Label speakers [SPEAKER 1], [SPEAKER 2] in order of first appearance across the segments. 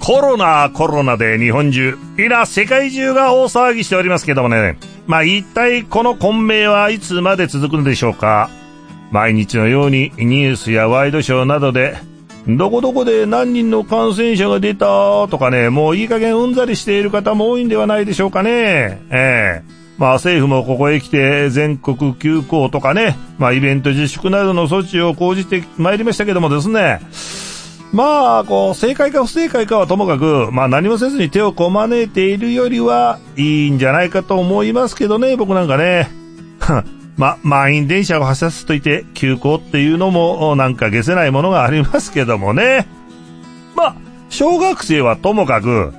[SPEAKER 1] コロナ、コロナで日本中、今世界中が大騒ぎしておりますけどもね、まあ一体この混迷はいつまで続くのでしょうか。毎日のようにニュースやワイドショーなどで、どこどこで何人の感染者が出たとかね、もういい加減うんざりしている方も多いんではないでしょうかね。ええまあ政府もここへ来て全国休校とかね、まあイベント自粛などの措置を講じてまいりましたけどもですね、まあ、こう、正解か不正解かはともかく、まあ何もせずに手をこまねいているよりは、いいんじゃないかと思いますけどね、僕なんかね。 ま、満員電車を走らせといて休校っていうのも、なんか下せないものがありますけどもね。まあ、小学生はともかく、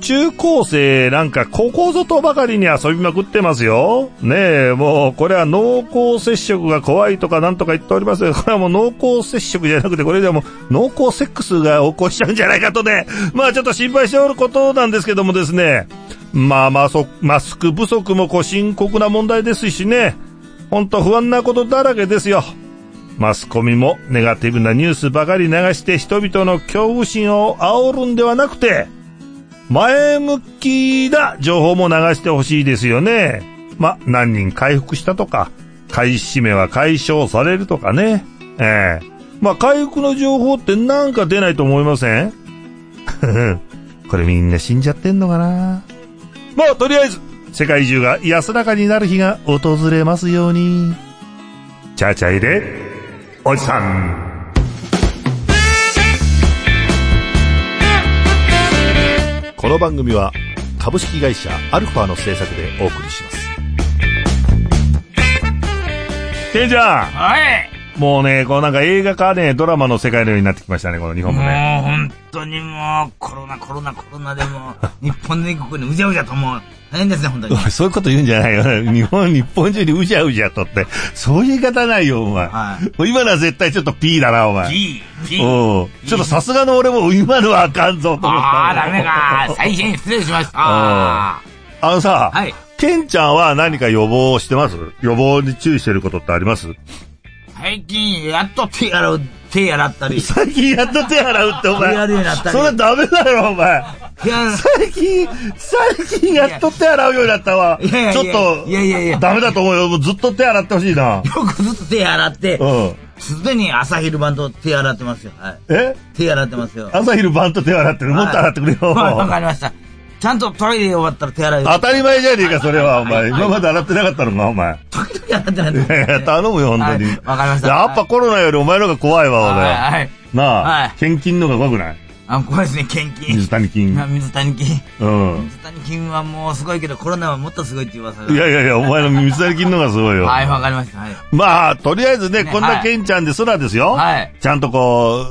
[SPEAKER 1] 中高生なんかここぞとばかりに遊びまくってますよ。ねえ、もうこれは濃厚接触が怖いとかなんとか言っておりますが、 これはもう濃厚接触じゃなくて、これでも濃厚セックスが起こしちゃうんじゃないかとね、まあちょっと心配しておることなんですけどもですね。まあまあそ、マスク不足もこう深刻な問題ですしね。ほんと不安なことだらけですよ。マスコミもネガティブなニュースばかり流して人々の恐怖心を煽るんではなくて、前向きな情報も流してほしいですよね。ま、何人回復したとか、買い占めは解消されるとかね。ええまあ、回復の情報ってなんか出ないと思いません これみんな死んじゃってんのかなまあ、とりあえず、世界中が安らかになる日が訪れますように。ちゃちゃ入れ、おじさん。
[SPEAKER 2] この番組は株式会社アルファの制作でお送りします
[SPEAKER 1] てんちゃん
[SPEAKER 3] はい。
[SPEAKER 1] もうね、こうなんか映画かね、ドラマの世界のようになってきましたね、この日
[SPEAKER 3] もう
[SPEAKER 1] 本もね。
[SPEAKER 3] 本当にもう、コロナ、コロナ、コロナでも う、日本全国にうじゃうじゃともう、大変ですね、本当に。
[SPEAKER 1] おいそういうこと言うんじゃないよ。 日本、日本中にうじゃうじゃとって。そういう言い方ないよ、お前。
[SPEAKER 3] は
[SPEAKER 1] もう今のは絶対ちょっと P だな、お前。
[SPEAKER 3] い。P、P。
[SPEAKER 1] おうちょっとさすがの俺も今のはあかんぞ、と思った。
[SPEAKER 3] ああ、ダメか。大変失礼しました。
[SPEAKER 1] あ
[SPEAKER 3] は
[SPEAKER 1] あのさ、
[SPEAKER 3] い。
[SPEAKER 1] ケンちゃんは何か予防してます予防に注意してることってあります
[SPEAKER 3] 最近、やっと手洗う、手洗ったり、
[SPEAKER 1] 最近やっと手洗うって、お前。
[SPEAKER 3] やるようになったり
[SPEAKER 1] それダメだろ、お前。
[SPEAKER 3] 手洗う。
[SPEAKER 1] 最近、最近やっと手洗うようになったわ。
[SPEAKER 3] いやいやいや
[SPEAKER 1] ちょっと、
[SPEAKER 3] いやいやいや
[SPEAKER 1] ダメだと思うよ。もうずっと手洗ってほしい な。
[SPEAKER 3] よくずっと手洗って
[SPEAKER 1] う、ん。
[SPEAKER 3] すでに朝昼晩と手洗ってますよ。はい。
[SPEAKER 1] え
[SPEAKER 3] 手洗ってますよ。
[SPEAKER 1] 朝昼晩と手洗ってる。もっと洗ってくれよ。
[SPEAKER 3] はいわかりました。ちゃんとトイレ終わったら手洗い。
[SPEAKER 1] 当たり前じゃねえか、それは、お前。今まで洗ってなかったのか、お前。
[SPEAKER 3] 時々洗ってないと思う
[SPEAKER 1] いやいや頼むよ、本当に。
[SPEAKER 3] はいわかりました
[SPEAKER 1] やっぱコロナよりお前の方が怖いわ、
[SPEAKER 3] はいは
[SPEAKER 1] 俺
[SPEAKER 3] い。
[SPEAKER 1] な
[SPEAKER 3] は
[SPEAKER 1] あ
[SPEAKER 3] い、
[SPEAKER 1] 献金の方が怖くない
[SPEAKER 3] あ、怖いですね、献金。
[SPEAKER 1] 水谷金
[SPEAKER 3] ま。あ水谷金。
[SPEAKER 1] うん。
[SPEAKER 3] 水谷金はもうすごいけど、コロナはもっとすごいって噂が。
[SPEAKER 1] いやいやいや、お前の水谷金の方がすごいよ。
[SPEAKER 3] はい、わかりました。はい。
[SPEAKER 1] まあ、とりあえずね、
[SPEAKER 3] ね
[SPEAKER 1] こん
[SPEAKER 3] は
[SPEAKER 1] ないケンちゃんで空ですよ。
[SPEAKER 3] はい
[SPEAKER 1] ちゃんとこう、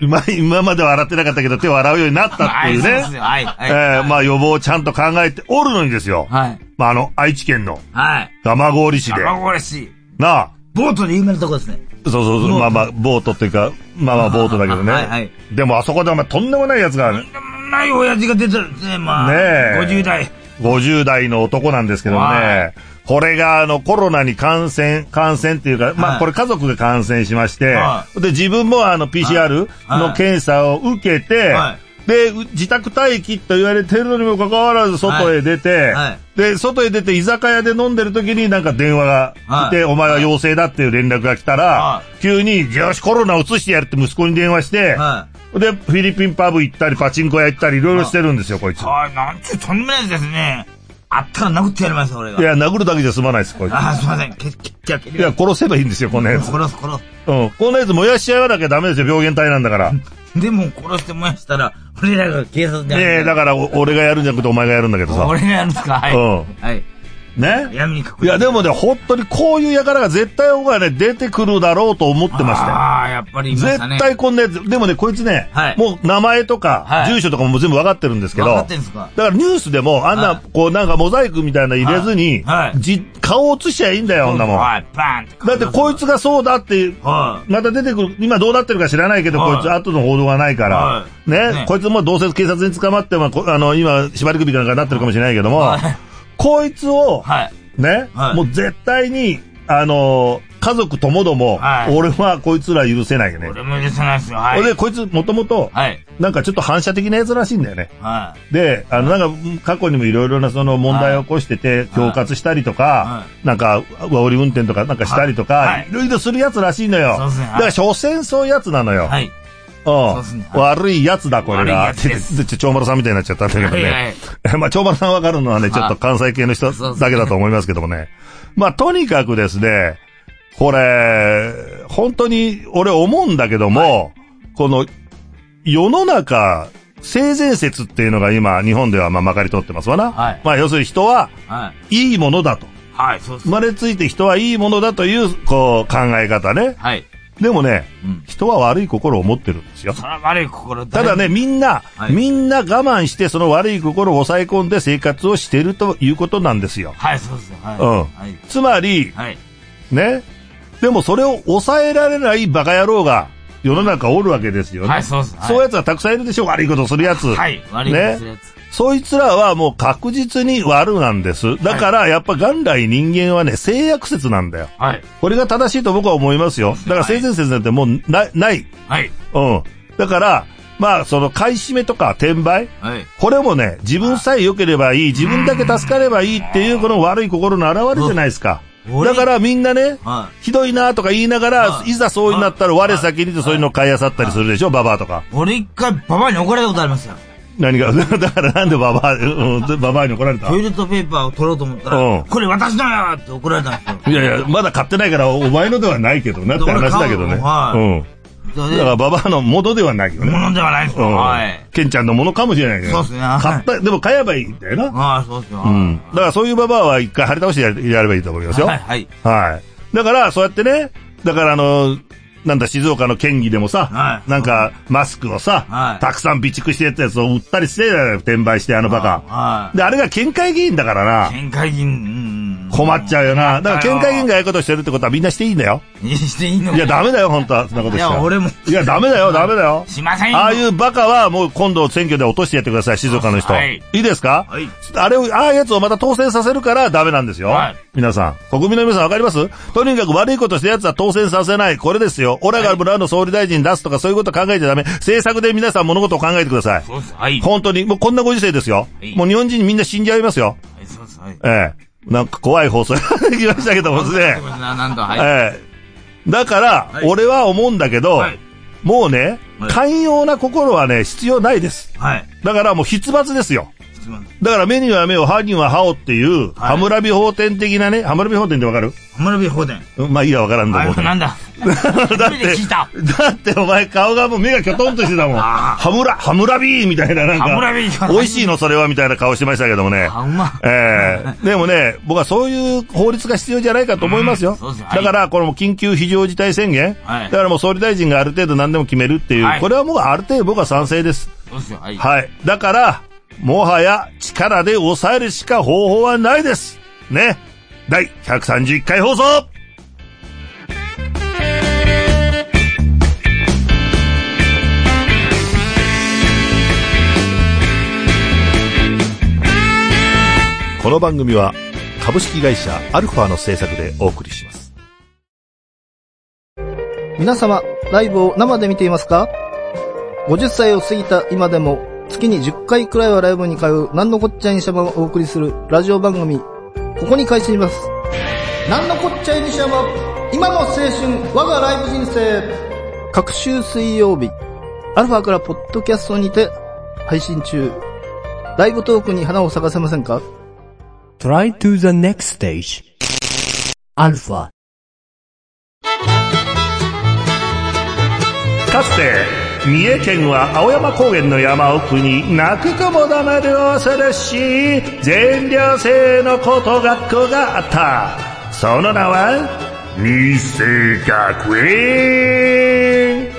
[SPEAKER 1] 今、今までは洗ってなかったけど手を洗うようになったっていう
[SPEAKER 3] はい、そう
[SPEAKER 1] ね
[SPEAKER 3] です。よ。はい、
[SPEAKER 1] え
[SPEAKER 3] はい。
[SPEAKER 1] えまあ予防をちゃんと考えておるのにですよ。
[SPEAKER 3] はい。
[SPEAKER 1] まああの、愛知県の
[SPEAKER 3] はい。
[SPEAKER 1] 蒲郡市で。
[SPEAKER 3] あ、これし。
[SPEAKER 1] なあ。
[SPEAKER 3] ボートで有名なとこですね。
[SPEAKER 1] そうそうそう、まあまあ、ボートっていうか、まあまあボートだけどね。
[SPEAKER 3] はいはい
[SPEAKER 1] でもあそこでお前とんでもないやつが、
[SPEAKER 3] とんでもない親父が出てるんですね、まあ。
[SPEAKER 1] ねえ
[SPEAKER 3] 50代。
[SPEAKER 1] 50代の男なんですけども
[SPEAKER 3] は
[SPEAKER 1] ね、これがあのコロナに感染、感染っていうか、ま
[SPEAKER 3] は
[SPEAKER 1] あ
[SPEAKER 3] い
[SPEAKER 1] これ家族が感染しまして
[SPEAKER 3] は、
[SPEAKER 1] で自分もあの PCR
[SPEAKER 3] はい
[SPEAKER 1] の検査を受けて
[SPEAKER 3] は、
[SPEAKER 1] で、う自宅待機と言われてるのにもかかわらず外へ出て
[SPEAKER 3] はいはい、
[SPEAKER 1] で、外へ出て居酒屋で飲んでる時になんか電話が来て、
[SPEAKER 3] は
[SPEAKER 1] お前は陽性だっていう連絡が来たら
[SPEAKER 3] は、
[SPEAKER 1] 急に、よしコロナ移してやるって息子に電話して、
[SPEAKER 3] は
[SPEAKER 1] で、フィリピンパブ行ったり、パチンコ屋行ったり、いろいろしてるんですよ、こいつ
[SPEAKER 3] い。。はい、なんちゅうとんでもないですね。あったら殴ってやります、俺
[SPEAKER 1] い
[SPEAKER 3] が。
[SPEAKER 1] や、殴るだけじゃ済まないです、こいつ。
[SPEAKER 3] あ、すいません。け、け、け、け、
[SPEAKER 1] いや、殺せばいいんですよ、こんなやつ。うん。
[SPEAKER 3] 殺す、殺
[SPEAKER 1] こんなやつ燃やしちゃわなきゃダメですよ、病原体なんだから。
[SPEAKER 3] す。でも殺して燃やしたら、俺らが警察に
[SPEAKER 1] ねえ、だからお、俺がやるんじゃなくてお前がやるんだけどさ。
[SPEAKER 3] 俺らやるんですかはい。
[SPEAKER 1] うん
[SPEAKER 3] はい。
[SPEAKER 1] ね
[SPEAKER 3] 闇に隠
[SPEAKER 1] いや、でもね、本当にこういう輩が絶対僕はね、出てくるだろうと思ってましたよ。
[SPEAKER 3] ああ、やっぱりいまし
[SPEAKER 1] 絶
[SPEAKER 3] たね。
[SPEAKER 1] 対こんなやつ。でもね、こいつね、
[SPEAKER 3] はい
[SPEAKER 1] もう名前とか
[SPEAKER 3] は、い
[SPEAKER 1] 住所とかも全部わかってるんですけど、
[SPEAKER 3] わかってんすか
[SPEAKER 1] だからニュースでも、あんな、
[SPEAKER 3] は
[SPEAKER 1] こうなんかモザイクみたいなの入れずに、
[SPEAKER 3] はいはい
[SPEAKER 1] じ顔を映しちゃいいんだよ、こんなもん。
[SPEAKER 3] はい、バーンって。
[SPEAKER 1] だってこいつがそうだって、
[SPEAKER 3] はい。
[SPEAKER 1] また出てくる、今どうなってるか知らないけど、
[SPEAKER 3] はい
[SPEAKER 1] こいつ後の報道がないから、
[SPEAKER 3] は
[SPEAKER 1] ね
[SPEAKER 3] ね
[SPEAKER 1] こいつもどうせ警察に捕まって、まあ、こあの、今、縛り首かなんかになってるかもしれないけども、
[SPEAKER 3] はい
[SPEAKER 1] こいつを、
[SPEAKER 3] はい。
[SPEAKER 1] ね、
[SPEAKER 3] はい
[SPEAKER 1] もう絶対に、あの家族ともども、
[SPEAKER 3] はい
[SPEAKER 1] 俺はこいつら許せないよね。
[SPEAKER 3] 俺も許せないですよ。はい。
[SPEAKER 1] で、こいつもともと、
[SPEAKER 3] はい。
[SPEAKER 1] なんかちょっと反射的なやつらしいんだよね。
[SPEAKER 3] は
[SPEAKER 1] で、あの、なんか、過去にもいろいろなその問題を起こしてて、恐喝したりとか
[SPEAKER 3] は、
[SPEAKER 1] なんか、煽り運転とかなんかしたりと
[SPEAKER 3] は
[SPEAKER 1] か
[SPEAKER 3] い、
[SPEAKER 1] いろいろするやつらしいのよ。
[SPEAKER 3] そうですね
[SPEAKER 1] だから、所詮そういうやつなのよ。
[SPEAKER 3] い。はい。そうです
[SPEAKER 1] うん
[SPEAKER 3] ね。
[SPEAKER 1] 悪いやつだ、これが。
[SPEAKER 3] 悪いやつです
[SPEAKER 1] でちょ長丸さんみたいになっちゃったんだけど
[SPEAKER 3] はいは
[SPEAKER 1] ね
[SPEAKER 3] い。
[SPEAKER 1] まあ、長丸さんわかるのはね、ちょっと関西系の人
[SPEAKER 3] そうそう
[SPEAKER 1] だけだと思いますけどもね。まあ、とにかくですね、これ、本当に俺思うんだけども、この、世の中、性善説っていうのが今、日本ではまあまかり通ってますわな。
[SPEAKER 3] はい
[SPEAKER 1] まあ、要するに人は、
[SPEAKER 3] はい。
[SPEAKER 1] いいものだと。
[SPEAKER 3] はい、そうです
[SPEAKER 1] 生。まれついて人はいいものだという、こう、考え方ね。
[SPEAKER 3] はい。
[SPEAKER 1] でもね、
[SPEAKER 3] うん。
[SPEAKER 1] 人は悪い心を持ってるんですよ。
[SPEAKER 3] それは悪い心
[SPEAKER 1] ただ、ね、みんな、
[SPEAKER 3] はい
[SPEAKER 1] みんな我慢して、その悪い心を抑え込んで生活をしているということなんですよ。
[SPEAKER 3] はい、そうですね。はい。
[SPEAKER 1] うん
[SPEAKER 3] はい。
[SPEAKER 1] つまり、
[SPEAKER 3] はい。
[SPEAKER 1] ね、でもそれを抑えられないバカ野郎が世の中おるわけですよね。
[SPEAKER 3] はい、そうです。はい
[SPEAKER 1] そういうやつはたくさんいるでしょ、悪いことするやつ。
[SPEAKER 3] はい、悪いことするやつ。
[SPEAKER 1] そいつらはもう確実に悪なんです。だから、やっぱ元来人間はね、性悪説なんだよ。
[SPEAKER 3] はい。
[SPEAKER 1] これが正しいと僕は思いますよ。だから性善説なんてもうなない。
[SPEAKER 3] はい。
[SPEAKER 1] うん。だから、まあ、その買い占めとか転売、
[SPEAKER 3] はい。
[SPEAKER 1] これもね、自分さえ良ければいい、自分だけ助かればいいっていうこの悪い心の表れじゃないですか。
[SPEAKER 3] うん
[SPEAKER 1] だからみんなね、
[SPEAKER 3] は
[SPEAKER 1] ひどいなとか言いながら、
[SPEAKER 3] うん
[SPEAKER 1] いざそうになったら我先にとそういうの買い漁ったりするでしょ、ババアとか。
[SPEAKER 3] 俺一回、ババアに怒られたことありますよ。
[SPEAKER 1] 何が、 だからなんでババア、うんでババアに怒られた
[SPEAKER 3] トイレットペーパーを取ろうと思った
[SPEAKER 1] うん
[SPEAKER 3] ら、これ私だよって怒られたんです
[SPEAKER 1] い
[SPEAKER 3] よ。
[SPEAKER 1] やいや、まだ買ってないからお前のではないけどなって話だけどね。
[SPEAKER 3] だから買う
[SPEAKER 1] うん。
[SPEAKER 3] それ
[SPEAKER 1] だ
[SPEAKER 3] で
[SPEAKER 1] からババアのものではないよね。
[SPEAKER 3] 物ではないです
[SPEAKER 1] う
[SPEAKER 3] よ。
[SPEAKER 1] ん
[SPEAKER 3] はい。
[SPEAKER 1] ケンちゃんのものかもしれないけど。
[SPEAKER 3] そうっすね
[SPEAKER 1] 買った、でも買えばいいんだよな。
[SPEAKER 3] はい、そうですよ。
[SPEAKER 1] うん。だからそういうババアは一回張り倒してやれやればいいと思いますよ。
[SPEAKER 3] はい、はい。
[SPEAKER 1] はい。だから、そうやってね、だからあの、なんだ、静岡の県議でもさ、
[SPEAKER 3] はい
[SPEAKER 1] なんか、マスクをさ、
[SPEAKER 3] はい
[SPEAKER 1] たくさん備蓄してやったやつを売ったりしてたよ、転売して、あのバカ。
[SPEAKER 3] は
[SPEAKER 1] で、あれが県会議員だから
[SPEAKER 3] い。
[SPEAKER 1] な、
[SPEAKER 3] 県会議員、うん。
[SPEAKER 1] 困っちゃうよな。だから県
[SPEAKER 3] 困ったよ
[SPEAKER 1] 会議員がああいうことしてるってことはみんなしていいんだよ。
[SPEAKER 3] うん。していいの
[SPEAKER 1] いや、ダメだよ、本当は、そんなこと
[SPEAKER 3] い
[SPEAKER 1] しちゃ
[SPEAKER 3] や、俺も。
[SPEAKER 1] いや、ダメだよ、ダメだよ。
[SPEAKER 3] しませんよ。
[SPEAKER 1] ああいうバカはもう今度選挙で落としてやってください、静岡の人。
[SPEAKER 3] はい
[SPEAKER 1] いいですか
[SPEAKER 3] はい。
[SPEAKER 1] あれを、ああいうやつをまた当選させるからダメなんですよ。
[SPEAKER 3] はい
[SPEAKER 1] 皆さん。国民の皆さんわかりますとにかく悪いことしたやつは当選させない。これですよ。オラが村の総理大臣出すとかそういうこと考えちゃダメ。政策で皆さん物事を考えてください。
[SPEAKER 3] そうです。はい。は
[SPEAKER 1] 本当に。もうこんなご時世ですよ
[SPEAKER 3] はい。
[SPEAKER 1] もう日本人みんな死んじゃいますよ。
[SPEAKER 3] い、そうです。はい。
[SPEAKER 1] ええ。なんか怖い放送ができましたけどもですね。
[SPEAKER 3] ななんだ、はい。
[SPEAKER 1] ええ。だから、
[SPEAKER 3] はい
[SPEAKER 1] 俺は思うんだけど、
[SPEAKER 3] はい
[SPEAKER 1] もうね、
[SPEAKER 3] はい
[SPEAKER 1] 寛容な心はね、必要ないです。
[SPEAKER 3] はい。
[SPEAKER 1] だからもう必罰ですよ。
[SPEAKER 3] 質問。
[SPEAKER 1] だから目には目を、歯には歯をっていう、
[SPEAKER 3] はい
[SPEAKER 1] ハムラビ法典的なね、ハムラビ法典ってわかる
[SPEAKER 3] 浜辺放電。
[SPEAKER 1] うんまあいいや、わからんと
[SPEAKER 3] は
[SPEAKER 1] 思う
[SPEAKER 3] い、
[SPEAKER 1] けど。
[SPEAKER 3] なんだ。
[SPEAKER 1] だっ
[SPEAKER 3] 初めて聞いた
[SPEAKER 1] て、だってお前顔がもう目がキョトンとしてたもん。
[SPEAKER 3] あー
[SPEAKER 1] ハムラ、ハムラビーみたいななんか、
[SPEAKER 3] ハムラビー
[SPEAKER 1] 美味しいのそれはみたいな顔してましたけどもね。
[SPEAKER 3] あ、うま。
[SPEAKER 1] ええでもね、僕はそういう法律が必要じゃないかと思いますよ。
[SPEAKER 3] うんそうですねはい
[SPEAKER 1] だから、これも緊急非常事態宣言、
[SPEAKER 3] はい
[SPEAKER 1] だからもう総理大臣がある程度何でも決めるっていう、
[SPEAKER 3] はい
[SPEAKER 1] これはもうある程度僕は賛成です。
[SPEAKER 3] そうですよ。はい。
[SPEAKER 1] はい。だから、もはや力で抑えるしか方法はないです。ね。第131回放送この番組は株式会社アルファの制作でお送りします。
[SPEAKER 4] 皆様、ライブを生で見ていますか ?50 歳を過ぎた今でも、月に10回くらいはライブに通う、なんのこっちゃいにしゃばをお送りするラジオ番組、ここに開始します。なんのこっちゃいにしゃば、今の青春、我がライブ人生。各週水曜日、アルファからポッドキャストにて配信中。ライブトークに花を咲かせませんか
[SPEAKER 5] Try to the next stage. Alpha.
[SPEAKER 6] かつて三重県は青山高原の山奥に泣く子も黙る恐ろしい全寮制のこと学校があったその名は二世学園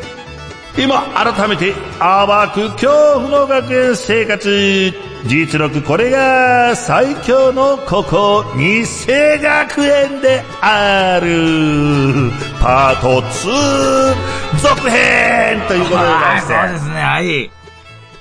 [SPEAKER 6] 今改めて暴く恐怖の学園生活実力これが最強のここ二世学園であるパート2続編ということでございま
[SPEAKER 3] あー
[SPEAKER 6] し
[SPEAKER 3] そうで
[SPEAKER 6] て
[SPEAKER 3] すね。はい。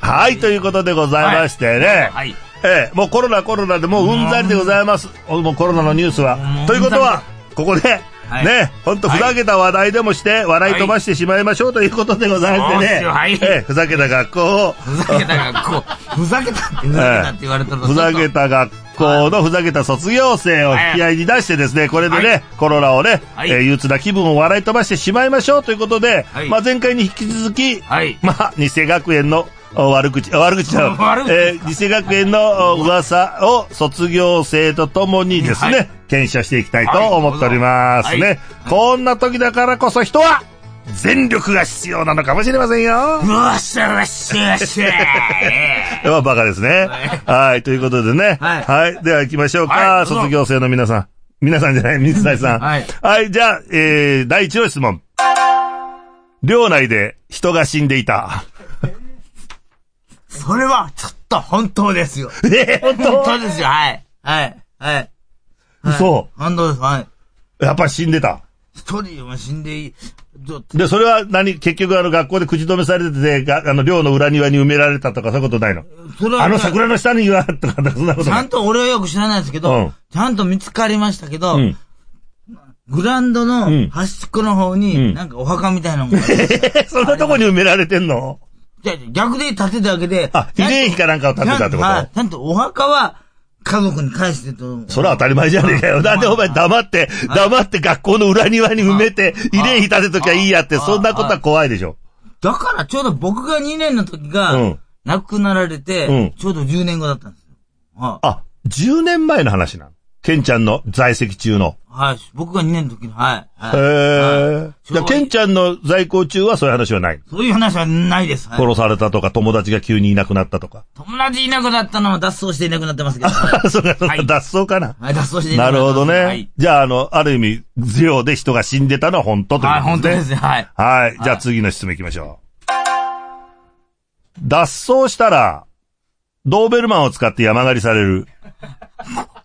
[SPEAKER 6] はいということでございましてね、
[SPEAKER 3] はい。
[SPEAKER 6] ええ、もうコロナコロナでもううんざりでございます。もうコロナのニュースは
[SPEAKER 3] もう。
[SPEAKER 6] ということは、ここで、
[SPEAKER 3] はい
[SPEAKER 1] ね、ほんとふざけた話題でもして、笑い飛ばしてしまいましょうということでございまして
[SPEAKER 3] そうっ
[SPEAKER 1] ね、
[SPEAKER 3] すよはい
[SPEAKER 1] ええふざけた学校を、
[SPEAKER 3] ふざけ た学校、ふざけたってふざけたって言われたら、
[SPEAKER 1] ふざけ
[SPEAKER 3] た。
[SPEAKER 1] た学校のふざけた卒業生を引き合いに出してですね、これでね、
[SPEAKER 3] はい
[SPEAKER 1] コロナをね、
[SPEAKER 3] はい
[SPEAKER 1] えー憂鬱な気分を笑い飛ばしてしまいましょうということで、
[SPEAKER 3] はい
[SPEAKER 1] まあ前回に引き続き、
[SPEAKER 3] はい。
[SPEAKER 1] まあ、偽学園のお悪口、あ悪口だ
[SPEAKER 3] 悪口
[SPEAKER 1] えー偽学園のお噂を卒業生とともにですね、
[SPEAKER 3] はい
[SPEAKER 1] 検証していきたいと思っておりますね。
[SPEAKER 3] はいはい
[SPEAKER 1] こんな時だからこそ人は全力が必要なのかもしれませんよ。
[SPEAKER 3] うわっしゃうわっしゃうわっしゃ ええ
[SPEAKER 1] まあ、バカですね。はい、ということでね。
[SPEAKER 3] はい
[SPEAKER 1] では行きましょうか。
[SPEAKER 3] はいどうぞ
[SPEAKER 1] 卒業生の皆さん。皆さんじゃ ない、水谷さん。
[SPEAKER 3] はい
[SPEAKER 1] じゃあ、えー、第一の質問。寮内で人が死んでいた。
[SPEAKER 3] それは、ちょっと本当で すよ。
[SPEAKER 1] えー、
[SPEAKER 3] 本当ですよ、はい。はい。はい。
[SPEAKER 1] 嘘。
[SPEAKER 3] 本当です、はい。
[SPEAKER 1] やっぱり死んでた。
[SPEAKER 3] 一人は死んでいい。ど
[SPEAKER 1] で、それは何結局あの学校で口止めされてて、があの寮の裏庭に埋められたとかそういうことないの
[SPEAKER 3] それは
[SPEAKER 1] あの桜の下にはとか、そんなこと
[SPEAKER 3] ち
[SPEAKER 1] な
[SPEAKER 3] ゃ
[SPEAKER 1] い
[SPEAKER 3] ん。と俺はよく知らないですけど、
[SPEAKER 1] うん
[SPEAKER 3] ちゃんと見つかりましたけど、
[SPEAKER 1] うん
[SPEAKER 3] グラウンド
[SPEAKER 1] うん
[SPEAKER 3] の端っこの方に、
[SPEAKER 1] うん
[SPEAKER 3] なんかお墓みたいなのがある。
[SPEAKER 1] え、そんなとこに埋められてんの
[SPEAKER 3] じゃあ逆で建てたわけで、
[SPEAKER 1] あ、慰霊碑かなんかを建てたってこ
[SPEAKER 3] ちゃんはい
[SPEAKER 1] と
[SPEAKER 3] ちゃんとお墓は家族に返してと。
[SPEAKER 1] それは当たり前じゃねえかよ。なんでお前黙って、黙って学校の裏庭に埋めて、慰霊碑建てときゃいいやって、
[SPEAKER 3] あ
[SPEAKER 1] そんなことは怖いでしょ。
[SPEAKER 3] だからちょうど僕が2年の時が、
[SPEAKER 1] うん
[SPEAKER 3] 亡くなられて、
[SPEAKER 1] うん
[SPEAKER 3] ちょうど10年後だったんですよ。はい
[SPEAKER 1] あ、10年前の話なの。ケンちゃんの在籍中の。
[SPEAKER 3] はい。僕が2年の時の、はい。
[SPEAKER 1] へ
[SPEAKER 3] はい、
[SPEAKER 1] え。
[SPEAKER 3] い
[SPEAKER 1] じゃあ、ケンちゃんの在校中はそういう話はない。
[SPEAKER 3] そういう話はないです。はい
[SPEAKER 1] 殺されたとか、友達が急にいなくなったと か。
[SPEAKER 3] 友達いなくなったのは脱走していなくなってますけど。はい
[SPEAKER 1] あそうか、そうか、
[SPEAKER 3] はい
[SPEAKER 1] 脱走かな。
[SPEAKER 3] はい、脱走してい
[SPEAKER 1] な
[SPEAKER 3] く
[SPEAKER 1] るほ
[SPEAKER 3] って
[SPEAKER 1] ど
[SPEAKER 3] ます
[SPEAKER 1] ね。。じゃあ、あの、ある意味、量で人が死んでたのは本当と
[SPEAKER 3] はい。はいい、
[SPEAKER 1] うこと
[SPEAKER 3] 本当
[SPEAKER 1] で
[SPEAKER 3] ですす
[SPEAKER 1] ね。
[SPEAKER 3] ね。はい。
[SPEAKER 1] はい。じゃあ次の質問行きましょう。脱走したら、ドーベルマンを使って山狩りされる。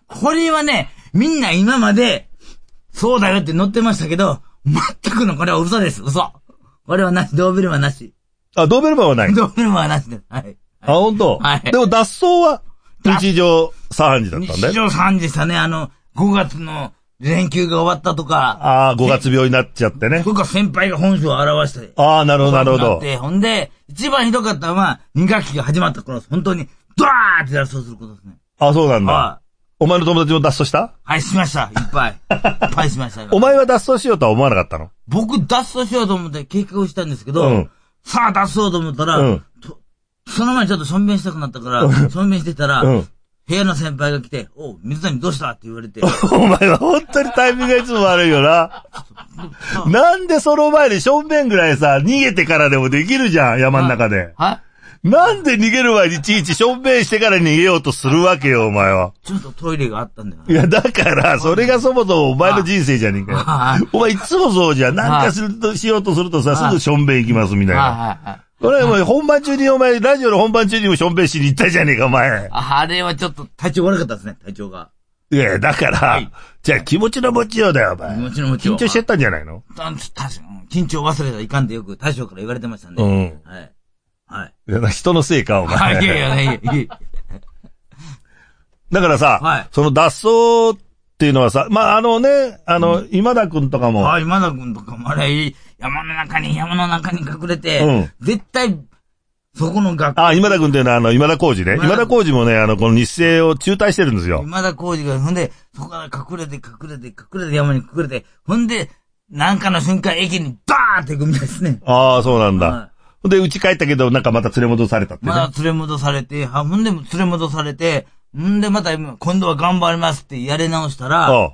[SPEAKER 3] これはね、みんな今まで、そうだよって載ってましたけど、全くのこれは嘘です、嘘。これはなし、ドーベルマンなし。
[SPEAKER 1] あ、ドーベルマンはない。
[SPEAKER 3] ドーベルマンはなしです。はい。
[SPEAKER 1] あ、本当。
[SPEAKER 3] はい
[SPEAKER 1] でも脱走は、
[SPEAKER 3] 脱
[SPEAKER 1] 日常茶飯事だったんだ
[SPEAKER 3] 日
[SPEAKER 1] よ。
[SPEAKER 3] 常3時でしたね、あの、5月の連休が終わったとか、
[SPEAKER 1] ああ、5月病になっちゃってね
[SPEAKER 3] そ。れから先輩が本性を表したり。
[SPEAKER 1] ああ、なるほど、なるほ
[SPEAKER 3] な
[SPEAKER 1] ど
[SPEAKER 3] っ。てほんで、一番ひどかったのは、2学期が始まった頃です、本当に、ドラーって脱走することですね。
[SPEAKER 1] あそうなんだ
[SPEAKER 3] は。
[SPEAKER 1] お前の友達も脱走した
[SPEAKER 3] い。はい、しました。い っぱい。いっぱいしました。
[SPEAKER 1] お前は脱走しようとは思わなかったの
[SPEAKER 3] 僕、脱走しようと思って計画をしたんですけど、
[SPEAKER 1] うん
[SPEAKER 3] さあ、脱走と思ったら、
[SPEAKER 1] うん
[SPEAKER 3] とその前にちょっとしょんべんしたくなったから、しょんべんしてたら、
[SPEAKER 1] うん
[SPEAKER 3] 部屋の先輩が来て、おう、水谷どうしたって言われて、
[SPEAKER 1] お前は本当にタイミングがいつも悪いよ な。なんでその前でしょんべんぐらいさ、逃げてからでもできるじゃん、山の中で。
[SPEAKER 3] は
[SPEAKER 1] なんで逃げる前にいちいちしょんべんしてから逃げようとするわけよ、お前は。
[SPEAKER 3] ちょっとトイレがあったんだよ。
[SPEAKER 1] いや、だから、それがそもそもお前の人生じゃねえか
[SPEAKER 3] あ
[SPEAKER 1] よ。お前いつもそうじゃん。なんかすると、しようとするとさ、すぐしょんべん行きますみたい
[SPEAKER 3] はい
[SPEAKER 1] な。
[SPEAKER 3] はいはい。
[SPEAKER 1] これもう本番中にお前、ラジオの本番中にもしょんべんしに行ったじゃねえか、お前。
[SPEAKER 3] ああれはちょっと体調悪かったですね、体調が。
[SPEAKER 1] いや、だから
[SPEAKER 3] い、
[SPEAKER 1] じゃあ気持ちの持ちようだよ、お前。
[SPEAKER 3] 気持ちの持ちよう
[SPEAKER 1] 緊張しちゃったんじゃないの
[SPEAKER 3] たんたしうん緊張忘れたらいかんってよく大将から言われてましたんで。
[SPEAKER 1] うん
[SPEAKER 3] はい。はい。
[SPEAKER 1] いや 人のせいか、お前。
[SPEAKER 3] はい、いやいやいやいやい や。
[SPEAKER 1] だからさ、
[SPEAKER 3] はい
[SPEAKER 1] その脱走っていうのはさ、まあ、あのね、あの、今田くんとかも、
[SPEAKER 3] あ、今田君とかもあれ、山の中に、山の中に隠れて、絶対、そこの学校、
[SPEAKER 1] あ、今田くんっていうのは、あの、今田浩二ね。
[SPEAKER 3] 今田
[SPEAKER 1] 今田浩二もね、あの、この日生を中退してるんですよ。
[SPEAKER 3] 今田浩二が、ほんで、そこから隠れて、隠れて、隠れて、山に隠れて、ほんで、なんかの瞬間、駅にバーって行くみたいですね。
[SPEAKER 1] ああ、そうなん
[SPEAKER 3] は
[SPEAKER 1] だ。ほんで、家帰ったけど、なんかまた連れ戻されたってね。
[SPEAKER 3] まだ連れ戻されて、はほんでも連れ戻されて、んでまた今度は頑張りますってやり直したら、
[SPEAKER 1] あ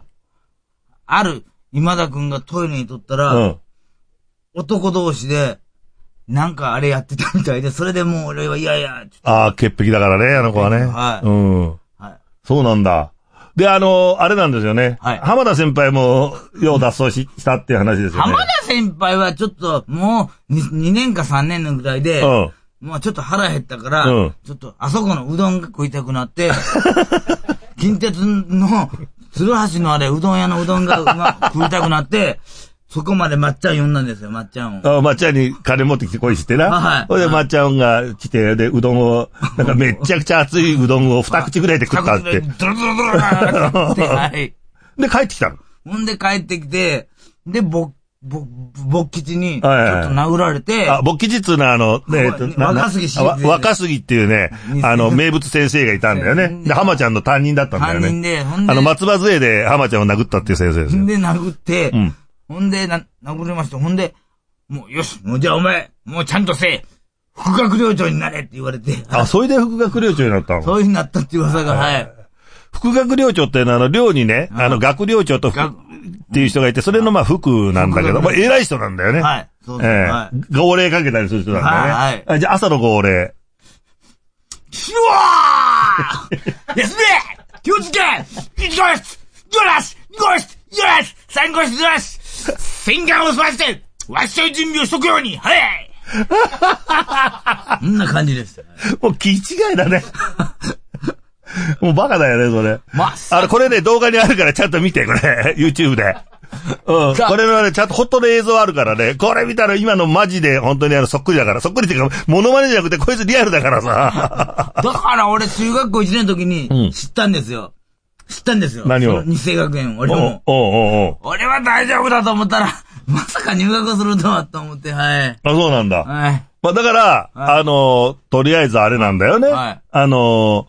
[SPEAKER 3] ある今田くんがトイレにとったら、
[SPEAKER 1] うん。
[SPEAKER 3] 男同士で、なんかあれやってたみたいで、それでもう俺は嫌や、ちょっ
[SPEAKER 1] ああ、潔癖だからね、あの子はね。
[SPEAKER 3] はい
[SPEAKER 1] うん。
[SPEAKER 3] とはい。
[SPEAKER 1] そうなんだ。で、あの、あれなんですよね。
[SPEAKER 3] はい
[SPEAKER 1] 浜田先輩も、よう脱走ししたっていう話ですよね。
[SPEAKER 3] 浜田先輩はちょっと、もう2、二年か3年のぐらいで、
[SPEAKER 1] うん。
[SPEAKER 3] もうちょっと腹減ったから、
[SPEAKER 1] うん
[SPEAKER 3] ちょっとあそこのうどんが食いたく なって、近鉄の鶴橋のあれ、うどん屋のうどんがうま食いたくなって、そこまでまっちゃん呼んだんですよ、まっちゃんを。
[SPEAKER 1] あまっちゃんに金持ってきてこいしてな。
[SPEAKER 3] はい
[SPEAKER 1] ほいで、まっちゃんが来て、で、うどんを、なんかめっちゃくちゃ熱いうどんを二口ぐらいで食ったって
[SPEAKER 3] ド。ロドロドロドロドロドロって、はい。
[SPEAKER 1] で、帰ってきたの。
[SPEAKER 3] ほんで帰ってきて、で、ぼ、ぼ、勃吉に、ちょ
[SPEAKER 1] はいはいはい
[SPEAKER 3] っと殴られて、
[SPEAKER 1] あ、勃起実のあの、ね、えっと
[SPEAKER 3] ね
[SPEAKER 1] なな
[SPEAKER 3] 若杉
[SPEAKER 1] あわ
[SPEAKER 3] 先生
[SPEAKER 1] 若杉っていうね、あの、名物先生がいたんだよ ね。で、浜ちゃんの担任だったんだよ
[SPEAKER 3] 犯人
[SPEAKER 1] ね。
[SPEAKER 3] で、ほんで、
[SPEAKER 1] あの、松葉杖で浜ちゃんを殴ったっていう先生です
[SPEAKER 3] ほ
[SPEAKER 1] よ。
[SPEAKER 3] んで殴って、
[SPEAKER 1] うん
[SPEAKER 3] ほんでな、殴りまして、ほんで、もう、よし、もうじゃあお前、もうちゃんとせえ、副学寮長になれって言われて、
[SPEAKER 1] あ、それで副学寮長になった
[SPEAKER 3] そ
[SPEAKER 1] の
[SPEAKER 3] ういうふうになったっていう噂が、はい。
[SPEAKER 1] 副学寮長っていうのは、あの、寮にね、あの、学寮長と、ふ
[SPEAKER 3] 学
[SPEAKER 1] っていう人がいて、それのまあ、副なんだけど、
[SPEAKER 3] 副学
[SPEAKER 1] まあ、偉い人なんだよね。
[SPEAKER 3] はい。そうです、
[SPEAKER 1] え
[SPEAKER 3] はい。
[SPEAKER 1] え。号令かけたりする人なんだよね。
[SPEAKER 3] はい
[SPEAKER 1] あじゃあ、朝の号令。
[SPEAKER 3] シュワー ですね気をつけ !1 号室 !2 号室 !2 号室 !4 号室 !3 号室 !4 号室洗顔を済ませてわっしょい準備をしとくよう にはいこんな感じです。
[SPEAKER 1] もう、気違いだ ね。もう、バカだよね、それ。
[SPEAKER 3] まっさ
[SPEAKER 1] あの、これね、動画にあるからちゃんと見て、これ。YouTube で。うん。これのね、ちゃんと本当の映像あるからね。これ見たら今のマジで本当にあの、そっくりだから。そっくりっていうか、モノマネじゃなくて、こいつリアルだからさ。
[SPEAKER 3] だから俺中学校1年の時に知ったんですよ。知ったんですよ。
[SPEAKER 1] 何を
[SPEAKER 3] その日生学園、俺
[SPEAKER 1] おう
[SPEAKER 3] も。
[SPEAKER 1] おうおう
[SPEAKER 3] 俺は大丈夫だと思ったら、 まさか入学するとはと思って、はい。
[SPEAKER 1] あ、そうなんだ。
[SPEAKER 3] はい。
[SPEAKER 1] まあ、だから、あの、とりあえずあれなんだよね。
[SPEAKER 3] はい
[SPEAKER 1] あの、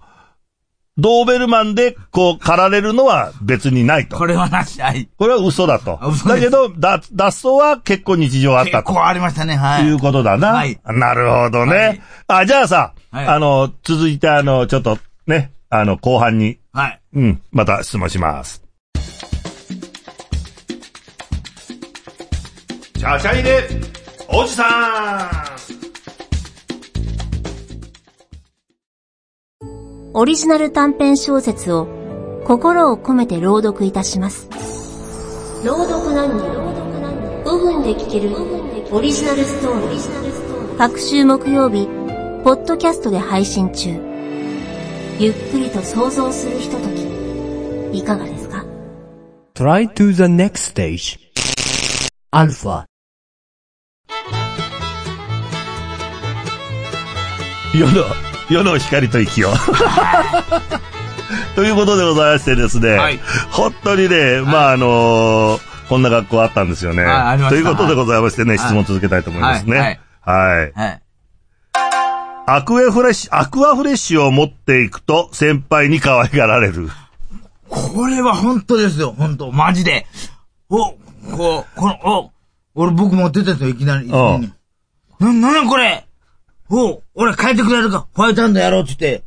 [SPEAKER 1] ドーベルマンで、こう、狩られるのは別にないと。
[SPEAKER 3] これはなし、はい。
[SPEAKER 1] これは嘘だと
[SPEAKER 3] あ。嘘
[SPEAKER 1] だ
[SPEAKER 3] です
[SPEAKER 1] けど、だ脱走は結構日常あっ
[SPEAKER 3] 結
[SPEAKER 1] たと。
[SPEAKER 3] 構ありましたね、はい。
[SPEAKER 1] いうことだな。
[SPEAKER 3] はい
[SPEAKER 1] なるほどね。
[SPEAKER 3] はい
[SPEAKER 1] あ、じゃあさ、
[SPEAKER 3] はい
[SPEAKER 1] あの、続いてあの、ちょっとね、あの、後半に、
[SPEAKER 3] はい。
[SPEAKER 1] うん、また質問します。シャシャイで、おじさ
[SPEAKER 7] オリジナル短編小説を心を込めて朗読いたします。朗読何人5分で聞けるオリジナルストーリー。各週木曜日、ポッドキャストで配信中。ゆっくりと想像するひととき、いかがですか
[SPEAKER 5] Try to the next stage. Alpha.
[SPEAKER 1] ん世の、世の光と生きよ う。ということでございましてですね、
[SPEAKER 3] はい
[SPEAKER 1] 本当にね、まああのーこんな学校あったんですよね。
[SPEAKER 3] はいありま
[SPEAKER 1] とい
[SPEAKER 3] し
[SPEAKER 1] う
[SPEAKER 3] た
[SPEAKER 1] ことでございましてね、
[SPEAKER 3] はい
[SPEAKER 1] 質問続けたいと思いますね。
[SPEAKER 3] はい
[SPEAKER 1] はい
[SPEAKER 3] はい。
[SPEAKER 1] アクエフレッシュ、アクアフレッシュを持っていくと先輩に可愛がられる。
[SPEAKER 3] これは本当ですよ、本当マジで。お、こう、この、お、俺僕持ってたんですよ、いきなり。
[SPEAKER 1] ああ
[SPEAKER 3] な、なんやこれお、俺変えてくれるか、ホワイトハンドやろうってって。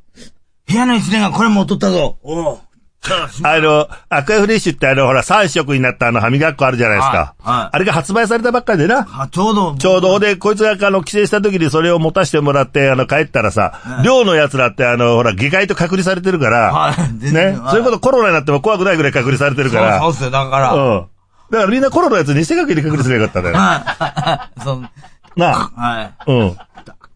[SPEAKER 3] 部屋の一年がこれ持っとったぞ。お
[SPEAKER 1] あの、アクエフレッシュってあの、ほら、3色になったあの、歯磨き粉あるじゃないですか。
[SPEAKER 3] はいはい
[SPEAKER 1] あれが発売されたばっかりでな。
[SPEAKER 3] あ、ちょうど、
[SPEAKER 1] ちょうど、ほんで、こいつが、あの、帰省した時にそれを持たせてもらって、あの、帰ったらさ、寮の奴らって、あの、ほら、下界と隔離されてるから、
[SPEAKER 3] はい全然
[SPEAKER 1] ね
[SPEAKER 3] は、い
[SPEAKER 1] そういうことコロナになっても怖くないぐらい隔離されてる
[SPEAKER 3] そ
[SPEAKER 1] か
[SPEAKER 3] う
[SPEAKER 1] ら、
[SPEAKER 3] そうっすよ、だから。
[SPEAKER 1] うん。だからみんなコロナのやつに世界に隔離すればよかったんだよね。
[SPEAKER 3] はい。 そう、
[SPEAKER 1] な
[SPEAKER 3] はい。
[SPEAKER 1] あ。うん。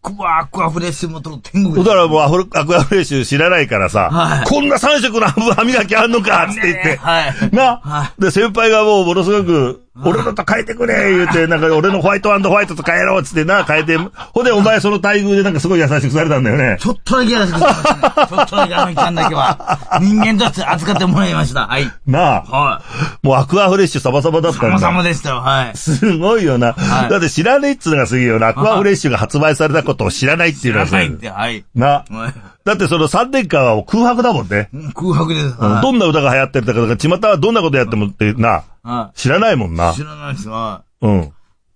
[SPEAKER 3] クワークワフレッシュもとる天
[SPEAKER 1] だ
[SPEAKER 3] 国で
[SPEAKER 1] か
[SPEAKER 3] す
[SPEAKER 1] らもうアフロアクアフレッシュ知らないからさ、
[SPEAKER 3] はい
[SPEAKER 1] こんな3色の歯磨きあんのかっつって言って、
[SPEAKER 3] ねはい
[SPEAKER 1] な、
[SPEAKER 3] はい
[SPEAKER 1] で、先輩がもうものすごく、俺のと変えてくれ言うて、なんか俺のホワイトホワイトと変えろっつってな、変えて、ほんでお前その待遇でなんかすごい優しくされたんだよね。
[SPEAKER 3] ちょっとだけやらせてくださいましたね。ちょっとだけあの期間だ けは、人間として扱ってもらいました。はい。
[SPEAKER 1] なあ、
[SPEAKER 3] はい。
[SPEAKER 1] もうアクアフレッシュ様々だったん
[SPEAKER 3] 様
[SPEAKER 1] だ。
[SPEAKER 3] 々でしたよ、はい。
[SPEAKER 1] すごいよな。
[SPEAKER 3] はい
[SPEAKER 1] だって知らねえっつうのがすげえよな。アクアフレッシュが発売されたことを知らないっていうのは
[SPEAKER 3] は
[SPEAKER 1] さ、
[SPEAKER 3] いって、はい。
[SPEAKER 1] な。
[SPEAKER 3] はい
[SPEAKER 1] だってその3年間はもう空白だもんね。
[SPEAKER 3] うん空白です。
[SPEAKER 1] うん
[SPEAKER 3] は
[SPEAKER 1] どんな歌が流行ってるだか、だから巷はどんなことやってもってな、
[SPEAKER 3] いは。。
[SPEAKER 1] 知らないもんない
[SPEAKER 3] 知らないですわ。
[SPEAKER 1] うん。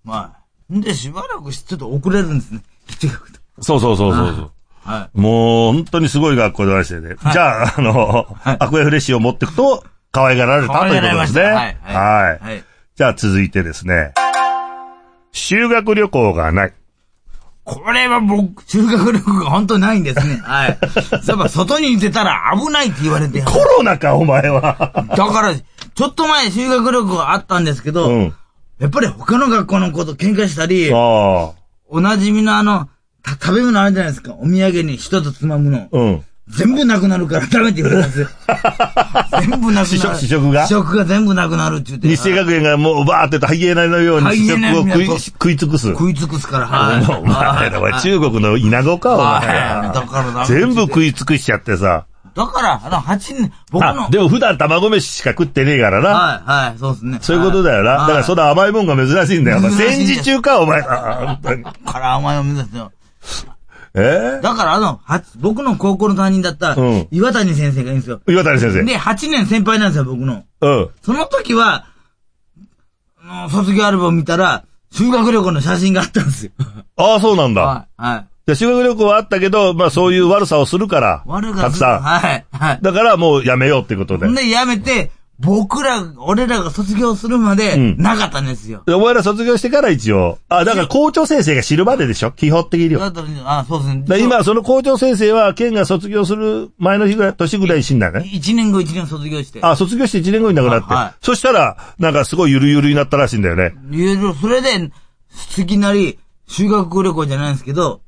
[SPEAKER 3] まあ。んで、しばらくしちょっと遅れる んですね。一学と。
[SPEAKER 1] そうそうそうそうそう。
[SPEAKER 3] は
[SPEAKER 1] もう、本当にすごい学校でありましてね。じゃあ、あの、
[SPEAKER 3] い
[SPEAKER 1] アクエフレッシュを持ってくと、可愛がられ
[SPEAKER 3] い。
[SPEAKER 1] たということですね。
[SPEAKER 3] はい。
[SPEAKER 1] はい。
[SPEAKER 3] はい。
[SPEAKER 1] じゃあ、続いてですね。修学旅行がない。
[SPEAKER 3] これは僕、修学旅行が本当ないんですね。 はい。そういえば、外に出たら危ないって言われて。
[SPEAKER 1] コロナか、お前は。
[SPEAKER 3] だから、ちょっと前修学旅行があったんですけど、
[SPEAKER 1] うん。
[SPEAKER 3] やっぱり他の学校の子と喧嘩したり、
[SPEAKER 1] ああ。
[SPEAKER 3] おなじみのあの、た食べ物あるじゃないですか。お土産に一つつまむの。
[SPEAKER 1] うん。
[SPEAKER 3] 全部なくなるからダメって言われたんで すよ。全部なく
[SPEAKER 1] 試食
[SPEAKER 3] なる。
[SPEAKER 1] 試食が
[SPEAKER 3] 試食が全部なくなるって言って。
[SPEAKER 1] 日生学園がもう、バーってとハイエナのように
[SPEAKER 3] ハ
[SPEAKER 1] 試
[SPEAKER 3] イエ
[SPEAKER 1] 食
[SPEAKER 3] ナ
[SPEAKER 1] を
[SPEAKER 3] のよう
[SPEAKER 1] 食い、食
[SPEAKER 3] に
[SPEAKER 1] い尽くす。
[SPEAKER 3] 食い尽くすから、
[SPEAKER 1] お前、お前、中国の稲子か、お前。
[SPEAKER 3] はいだからダメ
[SPEAKER 1] 全部食い尽くしちゃってさ、
[SPEAKER 3] だから、あの、8年、僕の。
[SPEAKER 1] あ、でも普段卵飯しか食ってねえからな。
[SPEAKER 3] はい、はい、そうですね。
[SPEAKER 1] そういうことだよな。だ
[SPEAKER 3] はい
[SPEAKER 1] からその甘いもんが珍しいんだよ。お前
[SPEAKER 3] 珍しい
[SPEAKER 1] 戦
[SPEAKER 3] んです
[SPEAKER 1] 時中か、お前。ああ本当に
[SPEAKER 3] だから、お前を目指すよ。
[SPEAKER 1] え
[SPEAKER 3] だから、あの、は僕の高校の担任だった
[SPEAKER 1] うん、
[SPEAKER 3] 岩谷先生がいいんですよ。
[SPEAKER 1] 岩谷先生。
[SPEAKER 3] で、8年先輩なんですよ、僕の。
[SPEAKER 1] うん。
[SPEAKER 3] その時は、あの卒業アルバム見たら、修学旅行の写真があったんですよ。
[SPEAKER 1] ああ、そうなんだ。
[SPEAKER 3] はい、はい。
[SPEAKER 1] じゃあ修学旅行はあったけど、まあそういう悪さをするから。
[SPEAKER 3] 悪が
[SPEAKER 1] たくさん。
[SPEAKER 3] はい、はい。
[SPEAKER 1] だからもうやめようってことで。
[SPEAKER 3] で、やめて、僕ら、俺らが卒業するまで、
[SPEAKER 1] ん
[SPEAKER 3] なかったんですよ。
[SPEAKER 1] でお前ら卒業してから一応。あ、だから校長先生が知るまででしょ基本的には。
[SPEAKER 3] だったら、あ、そうですね。
[SPEAKER 1] だから今、その校長先生は、県が卒業する前の日ぐらい、年ぐらいに死んだよね。
[SPEAKER 3] 1年後1年卒業して。
[SPEAKER 1] あ、卒業して1年後に亡くなって。
[SPEAKER 3] あはい
[SPEAKER 1] そしたら、なんかすごいゆるゆるになったらしいんだよね。
[SPEAKER 3] いろいろ、それで、好きなり、修学旅行じゃないんですけど、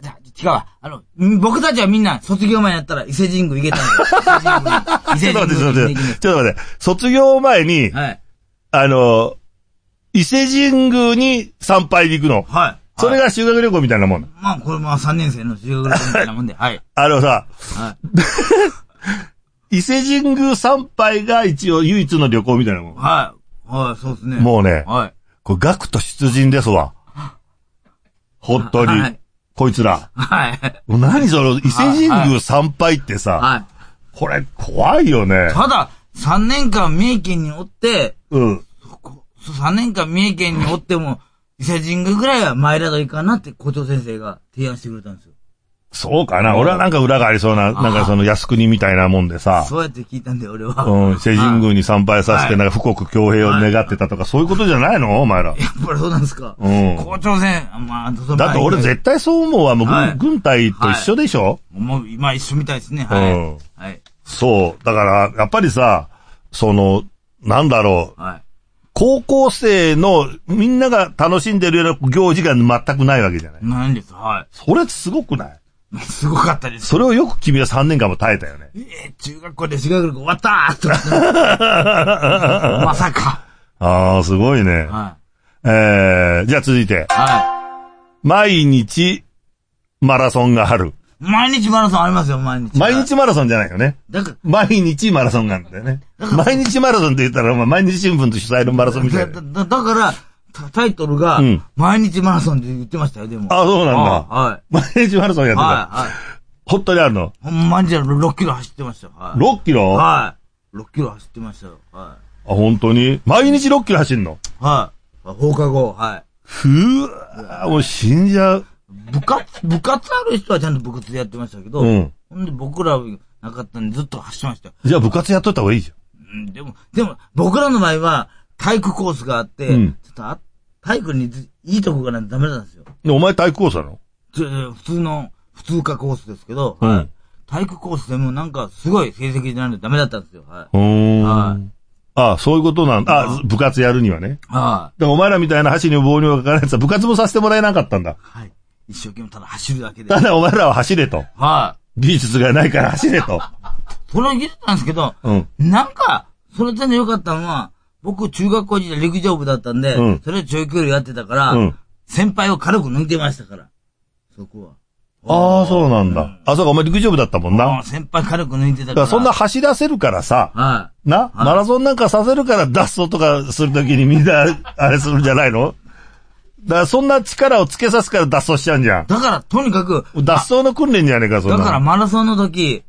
[SPEAKER 3] じゃ違うわ。あの、ん僕たちはみんな、卒業前やったら、伊勢神宮行けたんで
[SPEAKER 1] ちょ
[SPEAKER 3] 伊勢
[SPEAKER 1] っと待
[SPEAKER 3] 神
[SPEAKER 1] って、ちょっと
[SPEAKER 3] 宮
[SPEAKER 1] 待っ
[SPEAKER 3] に行
[SPEAKER 1] て、ちょっと待って。卒業前に、
[SPEAKER 3] はい。
[SPEAKER 1] あの、伊勢神宮に参拝に行くの。
[SPEAKER 3] はい。
[SPEAKER 1] それ
[SPEAKER 3] はい
[SPEAKER 1] が修学旅行みたいなもん。
[SPEAKER 3] まあ、これまあ3年生の修学旅行みたいなもんで、はい。
[SPEAKER 1] あのさ、
[SPEAKER 3] は
[SPEAKER 1] 伊勢神宮参拝が一応唯一の旅行みたいなもん。
[SPEAKER 3] はい。はい、そうですね。
[SPEAKER 1] もうね、
[SPEAKER 3] はい。
[SPEAKER 1] これ学徒出陣ですわ。本当に。
[SPEAKER 3] はい
[SPEAKER 1] こいつら。
[SPEAKER 3] はい。
[SPEAKER 1] 何その、伊勢神宮参拝ってさ、
[SPEAKER 3] はい。
[SPEAKER 1] これ怖いよね。
[SPEAKER 3] ただ、3年間三重県におって、
[SPEAKER 1] うん。
[SPEAKER 3] 3年間三重県におっても、伊勢神宮ぐらいは前らといかんなって校長先生が提案してくれたんですよ。
[SPEAKER 1] そうかな。俺はなんか裏がありそうな、なんかその靖国みたいなもんでさ、
[SPEAKER 3] そうやって聞いたんで、俺は。
[SPEAKER 1] うん、伊勢神宮に参拝させて、
[SPEAKER 3] はい
[SPEAKER 1] なんか富国強兵を願ってたとか、そういうことじゃないのお前ら。
[SPEAKER 3] やっぱりそうなんですか。
[SPEAKER 1] うん。
[SPEAKER 3] 校長先生、まあ、その
[SPEAKER 1] だって俺絶対そう思うわ。もう軍,、
[SPEAKER 3] はい
[SPEAKER 1] 軍隊と一緒でしょ、
[SPEAKER 3] もう、今一緒みたいですね。はい。
[SPEAKER 1] うん
[SPEAKER 3] はい。
[SPEAKER 1] そう。だから、やっぱりさ、その、なんだろう。
[SPEAKER 3] はい。
[SPEAKER 1] 高校生のみんなが楽しんでるような行事が全くないわけじゃない。
[SPEAKER 3] ないんです。は
[SPEAKER 1] それすごくない
[SPEAKER 3] い。すごかったです。
[SPEAKER 1] それをよく君は3年間も耐えたよね。
[SPEAKER 3] えー、中学校で修学旅行終わったーとか まさか。
[SPEAKER 1] ああ、すごいね。
[SPEAKER 3] は
[SPEAKER 1] えー、じゃあ続いて
[SPEAKER 3] い。。は
[SPEAKER 1] 毎日、マラソンがある。
[SPEAKER 3] い。毎日マラソンありますよ、毎日。
[SPEAKER 1] 毎日マラソンじゃないよね。
[SPEAKER 3] だか
[SPEAKER 1] 毎日マラソンなんだよ ね。毎日マラソンって言ったら、まあ毎日新聞と主催のマラソンみた
[SPEAKER 3] だ
[SPEAKER 1] いな。
[SPEAKER 3] だだから、タタイトルが
[SPEAKER 1] うん、
[SPEAKER 3] 毎日マラソンって言ってましたよ、でも。
[SPEAKER 1] あ、そうなん
[SPEAKER 3] あ
[SPEAKER 1] だ。
[SPEAKER 3] はい。
[SPEAKER 1] 毎日マラソンやってた。
[SPEAKER 3] はい、はい。
[SPEAKER 1] 本当にあるの。
[SPEAKER 3] ほんまにじゃあ6キロ走ってましたよ。はい。
[SPEAKER 1] 6キロあ、
[SPEAKER 3] はい。6キロ走ってましたよ。は
[SPEAKER 1] 本当に毎日6キロ走んの
[SPEAKER 3] い。はい。放課後、は
[SPEAKER 1] ふうわもう死んじゃう。
[SPEAKER 3] い。部活、部活ある人はちゃんと部活でやってましたけど、
[SPEAKER 1] うん
[SPEAKER 3] ほんで僕らはなかったんでずっと走ってましたよ。
[SPEAKER 1] じゃあ部活やっといた方がいいじ
[SPEAKER 3] うん、でも、でも、僕らの場合は、体育コースがあって、
[SPEAKER 1] うん
[SPEAKER 3] ちょっとあ体育にずいいとこがないとダメなんですよ。
[SPEAKER 1] ゃん。お前体育コースなの
[SPEAKER 3] ちょ普通の、普通科コースですけど、
[SPEAKER 1] ん
[SPEAKER 3] はい体育コースでもなんかすごい成績じゃないとダメだったんですよ。は
[SPEAKER 1] う
[SPEAKER 3] い。
[SPEAKER 1] ーん。
[SPEAKER 3] はい。
[SPEAKER 1] あそういうことなんだ。あ、部活やるにはね。
[SPEAKER 3] は
[SPEAKER 1] だからお前らみたいな箸に棒にもかからないやつは部活もさせてもらえなかったんだ
[SPEAKER 3] い。。はい。一生懸命ただ走るだけで。
[SPEAKER 1] ただお前らは走れと。
[SPEAKER 3] は
[SPEAKER 1] 技術がないから走れと。
[SPEAKER 3] い。それを言ってたんですけど、
[SPEAKER 1] うん。
[SPEAKER 3] なんか、それ点で良かったのは、僕中学校時代陸上部だったんで、
[SPEAKER 1] うん
[SPEAKER 3] それ長距離やってたから、
[SPEAKER 1] うん
[SPEAKER 3] 先輩を軽く抜いてましたから。そこは。
[SPEAKER 1] ああ、そうなんだ。あ、そうか、お前陸上部だったもんな。
[SPEAKER 3] も
[SPEAKER 1] だ
[SPEAKER 3] う先輩軽く抜いてたか
[SPEAKER 1] から
[SPEAKER 3] ら。
[SPEAKER 1] そんな、走らせるからさ、
[SPEAKER 3] は
[SPEAKER 1] な、マラソンなんかさせるから脱走とかするときにみんな、あれするんじゃないのだからそんな力をつけさすから脱走しちゃうんじゃん
[SPEAKER 3] い。。だから、とにかく、
[SPEAKER 1] 脱走の訓練じゃねえか、そんな
[SPEAKER 3] だ
[SPEAKER 1] の。
[SPEAKER 3] からマラソンの時、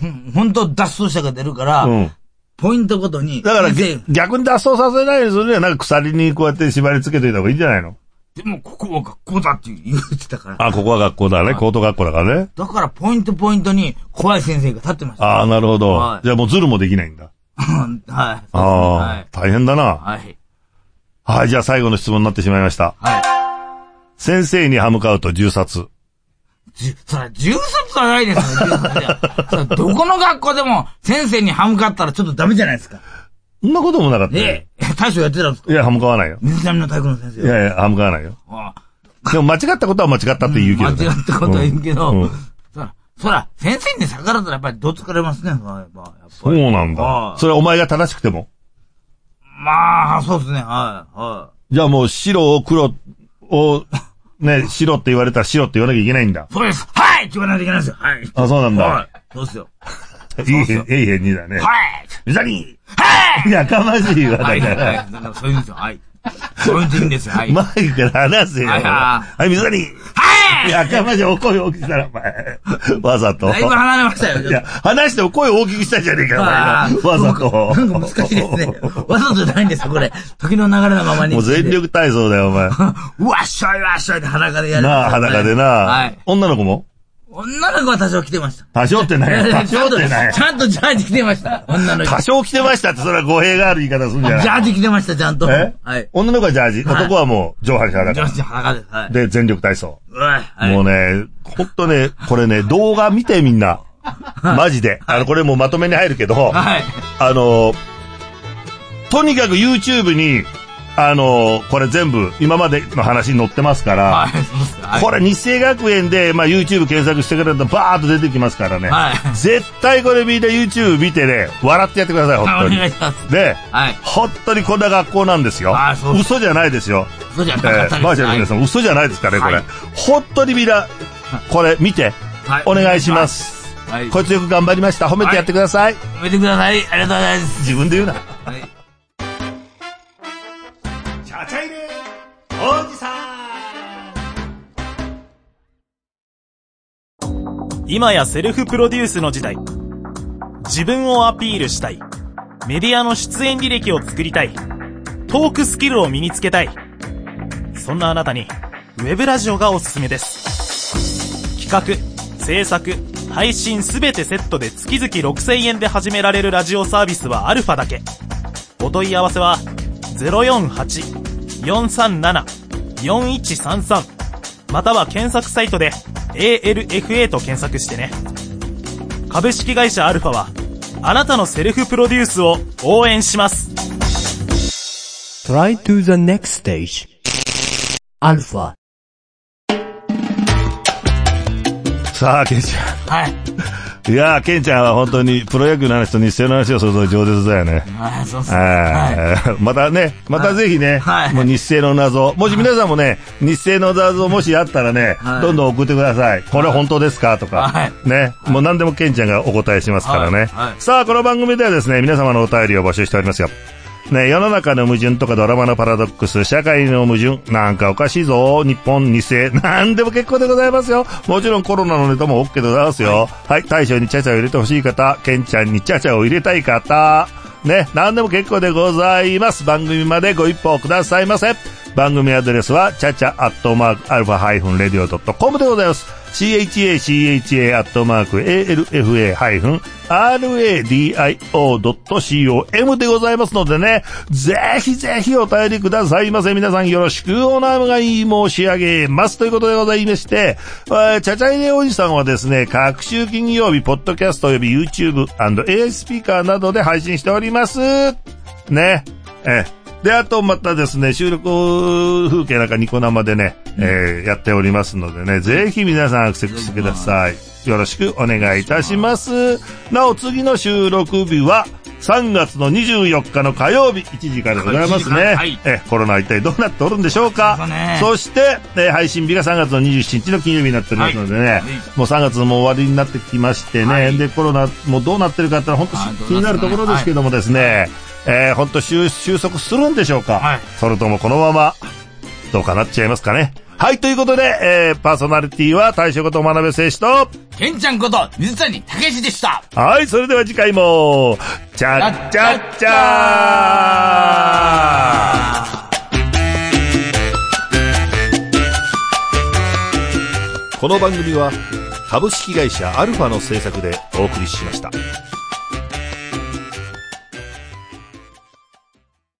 [SPEAKER 3] ほんほんと脱走者が出るから、
[SPEAKER 1] うん。
[SPEAKER 3] ポイントごとに、
[SPEAKER 1] だから
[SPEAKER 3] 以前
[SPEAKER 1] 逆逆に脱走させないようにするには、なんか鎖にこうやって縛り付けといた方がいいんじゃないの
[SPEAKER 3] でもここは学校だって言ってたから。
[SPEAKER 1] あ、ここは学校だね。高等学校だからね。
[SPEAKER 3] だから、ポイントポイントに怖い先生が立ってました。
[SPEAKER 1] ああ、なるほど。
[SPEAKER 3] はい
[SPEAKER 1] じゃあもうズルもできないんだ。
[SPEAKER 3] うん はい。そうですね
[SPEAKER 1] ああ、大変だな。
[SPEAKER 3] はい。はい。
[SPEAKER 1] はい、じゃあ最後の質問になってしまいました。
[SPEAKER 3] はい。
[SPEAKER 1] 先生に歯向かうと銃殺。
[SPEAKER 3] じゅ、そら、銃殺はないですよ、銃殺じゃ。そらどこの学校でも、先生に歯向かったらちょっとダメじゃないですか。
[SPEAKER 1] そんなこともなかったよ。
[SPEAKER 3] ねえ、大将やってたんですか
[SPEAKER 1] いや、歯向かわないよ。
[SPEAKER 3] 水波の体育の先
[SPEAKER 1] い
[SPEAKER 3] 生は。
[SPEAKER 1] やいや、歯向かわないよ。
[SPEAKER 3] ああ
[SPEAKER 1] でも間違ったことは間違ったって言うけど、ね。
[SPEAKER 3] 間違ったことは言うけど、
[SPEAKER 1] うんうん
[SPEAKER 3] そら、そら、先生に逆らったらやっぱりどつかれますね、そらやっぱやっぱり
[SPEAKER 1] そうなん
[SPEAKER 3] は
[SPEAKER 1] だ。
[SPEAKER 3] い
[SPEAKER 1] それはお前が正しくても。
[SPEAKER 3] まあ、そうですね、はい、は
[SPEAKER 1] じゃあもう白を黒をね、白って言われたら白って言わなきゃいけないんだ。
[SPEAKER 3] そうですはいって言わないといけないんですよはい
[SPEAKER 1] あ、そうなん
[SPEAKER 3] は
[SPEAKER 1] だ。
[SPEAKER 3] いそうですよ
[SPEAKER 1] いい、えいへんにだね。
[SPEAKER 3] はい
[SPEAKER 1] ふざけ
[SPEAKER 3] はい
[SPEAKER 1] やかましいわ、だ
[SPEAKER 3] はい
[SPEAKER 1] か
[SPEAKER 3] はい
[SPEAKER 1] ら。
[SPEAKER 3] なんかそういうんですよはいそういうんでいいんですよはい
[SPEAKER 1] マイクから話せよ。
[SPEAKER 3] はいは
[SPEAKER 1] はい、水谷
[SPEAKER 3] はい
[SPEAKER 1] やかましい、お声大きくしたら、お前。わざと。
[SPEAKER 3] だいぶ離れましたよ
[SPEAKER 1] いや、話してお声大きくしたじゃねえか、
[SPEAKER 3] あー
[SPEAKER 1] お前。わざと。
[SPEAKER 3] なんか難しいですね。わざとじゃないんですよ、これ。時の流れのままに。
[SPEAKER 1] もう全。力体操だよ、お前。
[SPEAKER 3] うわっしょいわっしょいって裸でやる。
[SPEAKER 1] なあ、裸でな。
[SPEAKER 3] はい。
[SPEAKER 1] 女の子も
[SPEAKER 3] 女の子は多少来てました。
[SPEAKER 1] 多少って ないよ。多
[SPEAKER 3] ちゃ
[SPEAKER 1] 少
[SPEAKER 3] ん
[SPEAKER 1] っ
[SPEAKER 3] と、
[SPEAKER 1] てないよ。
[SPEAKER 3] ちゃんとジャージ着てました。女の子。
[SPEAKER 1] 多少着てましたって、それは語弊がある言い方するんじゃない
[SPEAKER 3] ジャージ着てました、ちゃんと。
[SPEAKER 1] え
[SPEAKER 3] はい。
[SPEAKER 1] 女の子はジャージ、
[SPEAKER 3] はい
[SPEAKER 1] 男はもう上半身裸
[SPEAKER 3] ジャージ裸です。はい。
[SPEAKER 1] で、全力体操。
[SPEAKER 3] うわはい。
[SPEAKER 1] もうね、ほんとね、これね、動画見てみんな。マジで。あの、これもうまとめに入るけど、あ
[SPEAKER 3] はい。
[SPEAKER 1] の、とにかく YouTube に、あの、これ全部、今までの話に載ってますから、
[SPEAKER 3] はい、そうっすはい。
[SPEAKER 1] これ日生学園で、まあ、YouTube 検索してくれるとバーッと出てきますからね。
[SPEAKER 3] はい
[SPEAKER 1] 絶対これ見て YouTube 見てね、笑ってやってください、本
[SPEAKER 3] あ
[SPEAKER 1] 当
[SPEAKER 3] お
[SPEAKER 1] に
[SPEAKER 3] 願い。します。
[SPEAKER 1] で、
[SPEAKER 3] はい。
[SPEAKER 1] 本当にこんな学校なんですよ
[SPEAKER 3] あそう。
[SPEAKER 1] 嘘じゃないですよ。
[SPEAKER 3] そうじゃな
[SPEAKER 1] え
[SPEAKER 3] かっ
[SPEAKER 1] ー、
[SPEAKER 3] た
[SPEAKER 1] バーチャルの
[SPEAKER 3] で
[SPEAKER 1] 皆
[SPEAKER 3] す。
[SPEAKER 1] さん、嘘じゃないですかね、これ。
[SPEAKER 3] はい
[SPEAKER 1] 本当にみんな、これ見て、
[SPEAKER 3] はい
[SPEAKER 1] お願いしま。す。
[SPEAKER 3] はい。
[SPEAKER 1] こいつよく頑張りました。褒めてやってください。
[SPEAKER 3] 見てください。ありがとうございます。
[SPEAKER 1] 自分で言うな。
[SPEAKER 3] はい。
[SPEAKER 1] チャチャイレおじさん
[SPEAKER 8] 今やセルフプロデュースの時代自分をアピールしたいメディアの出演履歴を作りたいトークスキルを身につけたいそんなあなたにウェブラジオがおすすめです企画制作配信すべてセットで月々6000円で始められるラジオサービスはアルファだけお問い合わせは048-437-4133または検索サイトで ALFA と検索してね。株式会社アルファは、あなたのセルフプロデュースを応援します。
[SPEAKER 5] Try to the next stage. Alpha.
[SPEAKER 1] さあ、ケンち
[SPEAKER 3] は
[SPEAKER 1] ゃ
[SPEAKER 3] い。
[SPEAKER 1] ん。いやー、ケンちゃんは本当にプロ野球の話と日生の話をすると上手だよね。
[SPEAKER 3] はい、そうっす。はい。
[SPEAKER 1] はい またね、またぜひね、
[SPEAKER 3] はい
[SPEAKER 1] もう日清の謎、もし皆さんもね、日清の謎もしあったらね、
[SPEAKER 3] はい
[SPEAKER 1] どんどん送ってください。これ本当ですかとか、
[SPEAKER 3] はい
[SPEAKER 1] ね、もう何でもケンちゃんがお答えしますからね。
[SPEAKER 3] はいはい
[SPEAKER 1] さあ、この番組ではですね、皆様のお便りを募集しておりますよ。ね、世の中の矛盾とかドラマのパラドックス、社会の矛盾、なんかおかしいぞ、日本、二世、なんでも結構でございますよ。もちろんコロナのネタも OK でございますよ。はい、大将にチャチャを入れてほしい方、ケンちゃんにチャチャを入れたい方、ね、なんでも結構でございます。番組までご一報くださいませ。番組アドレスは、チャチャアットマークアルファハイフンレディオドットコムでございます。CHACHA アットマーク ALFA ハイフン RADIO.com でございますのでね、ぜひぜひお便りくださいませ。皆さんよろしくお願い申し上げます。ということでございまして、えーチャチャイネおじさんはですね、各週金曜日、ポッドキャストおよび YouTube&AI スピーカーなどで配信しております。ね。ええで、あとまたですね、収録風景なんかニコ生でね、えーやっておりますのでね、ぜひ皆さんアクセスしてください。よろしくお願いいたします。なお、次の収録日は、3月の24日の火曜日、1時からでございます
[SPEAKER 3] は
[SPEAKER 1] ね。
[SPEAKER 3] いはい
[SPEAKER 1] えコロナは一体どうなっておるんでしょうか
[SPEAKER 3] そうですね
[SPEAKER 1] そして、えー配信日が3月の27日の金曜日になっておりますのでね、
[SPEAKER 3] はい
[SPEAKER 1] もう3月も終わりになってきましてね、
[SPEAKER 3] はい
[SPEAKER 1] で、コロナもどうなってるかってのは本当
[SPEAKER 3] あーどうなってる
[SPEAKER 1] 気になるところですけどもですね、えー、本当収収束するんでしょうか、
[SPEAKER 3] はい
[SPEAKER 1] それともこのまま、どうかなっちゃいますかね。はい、ということで、えー、パーソナリティは大将こと真鍋選手と、
[SPEAKER 3] ケンちゃんこと、水谷武史でした。
[SPEAKER 1] はい、それでは次回も、チャッチャッチャーこの番組は、株式会社アルファの制作でお送りしました。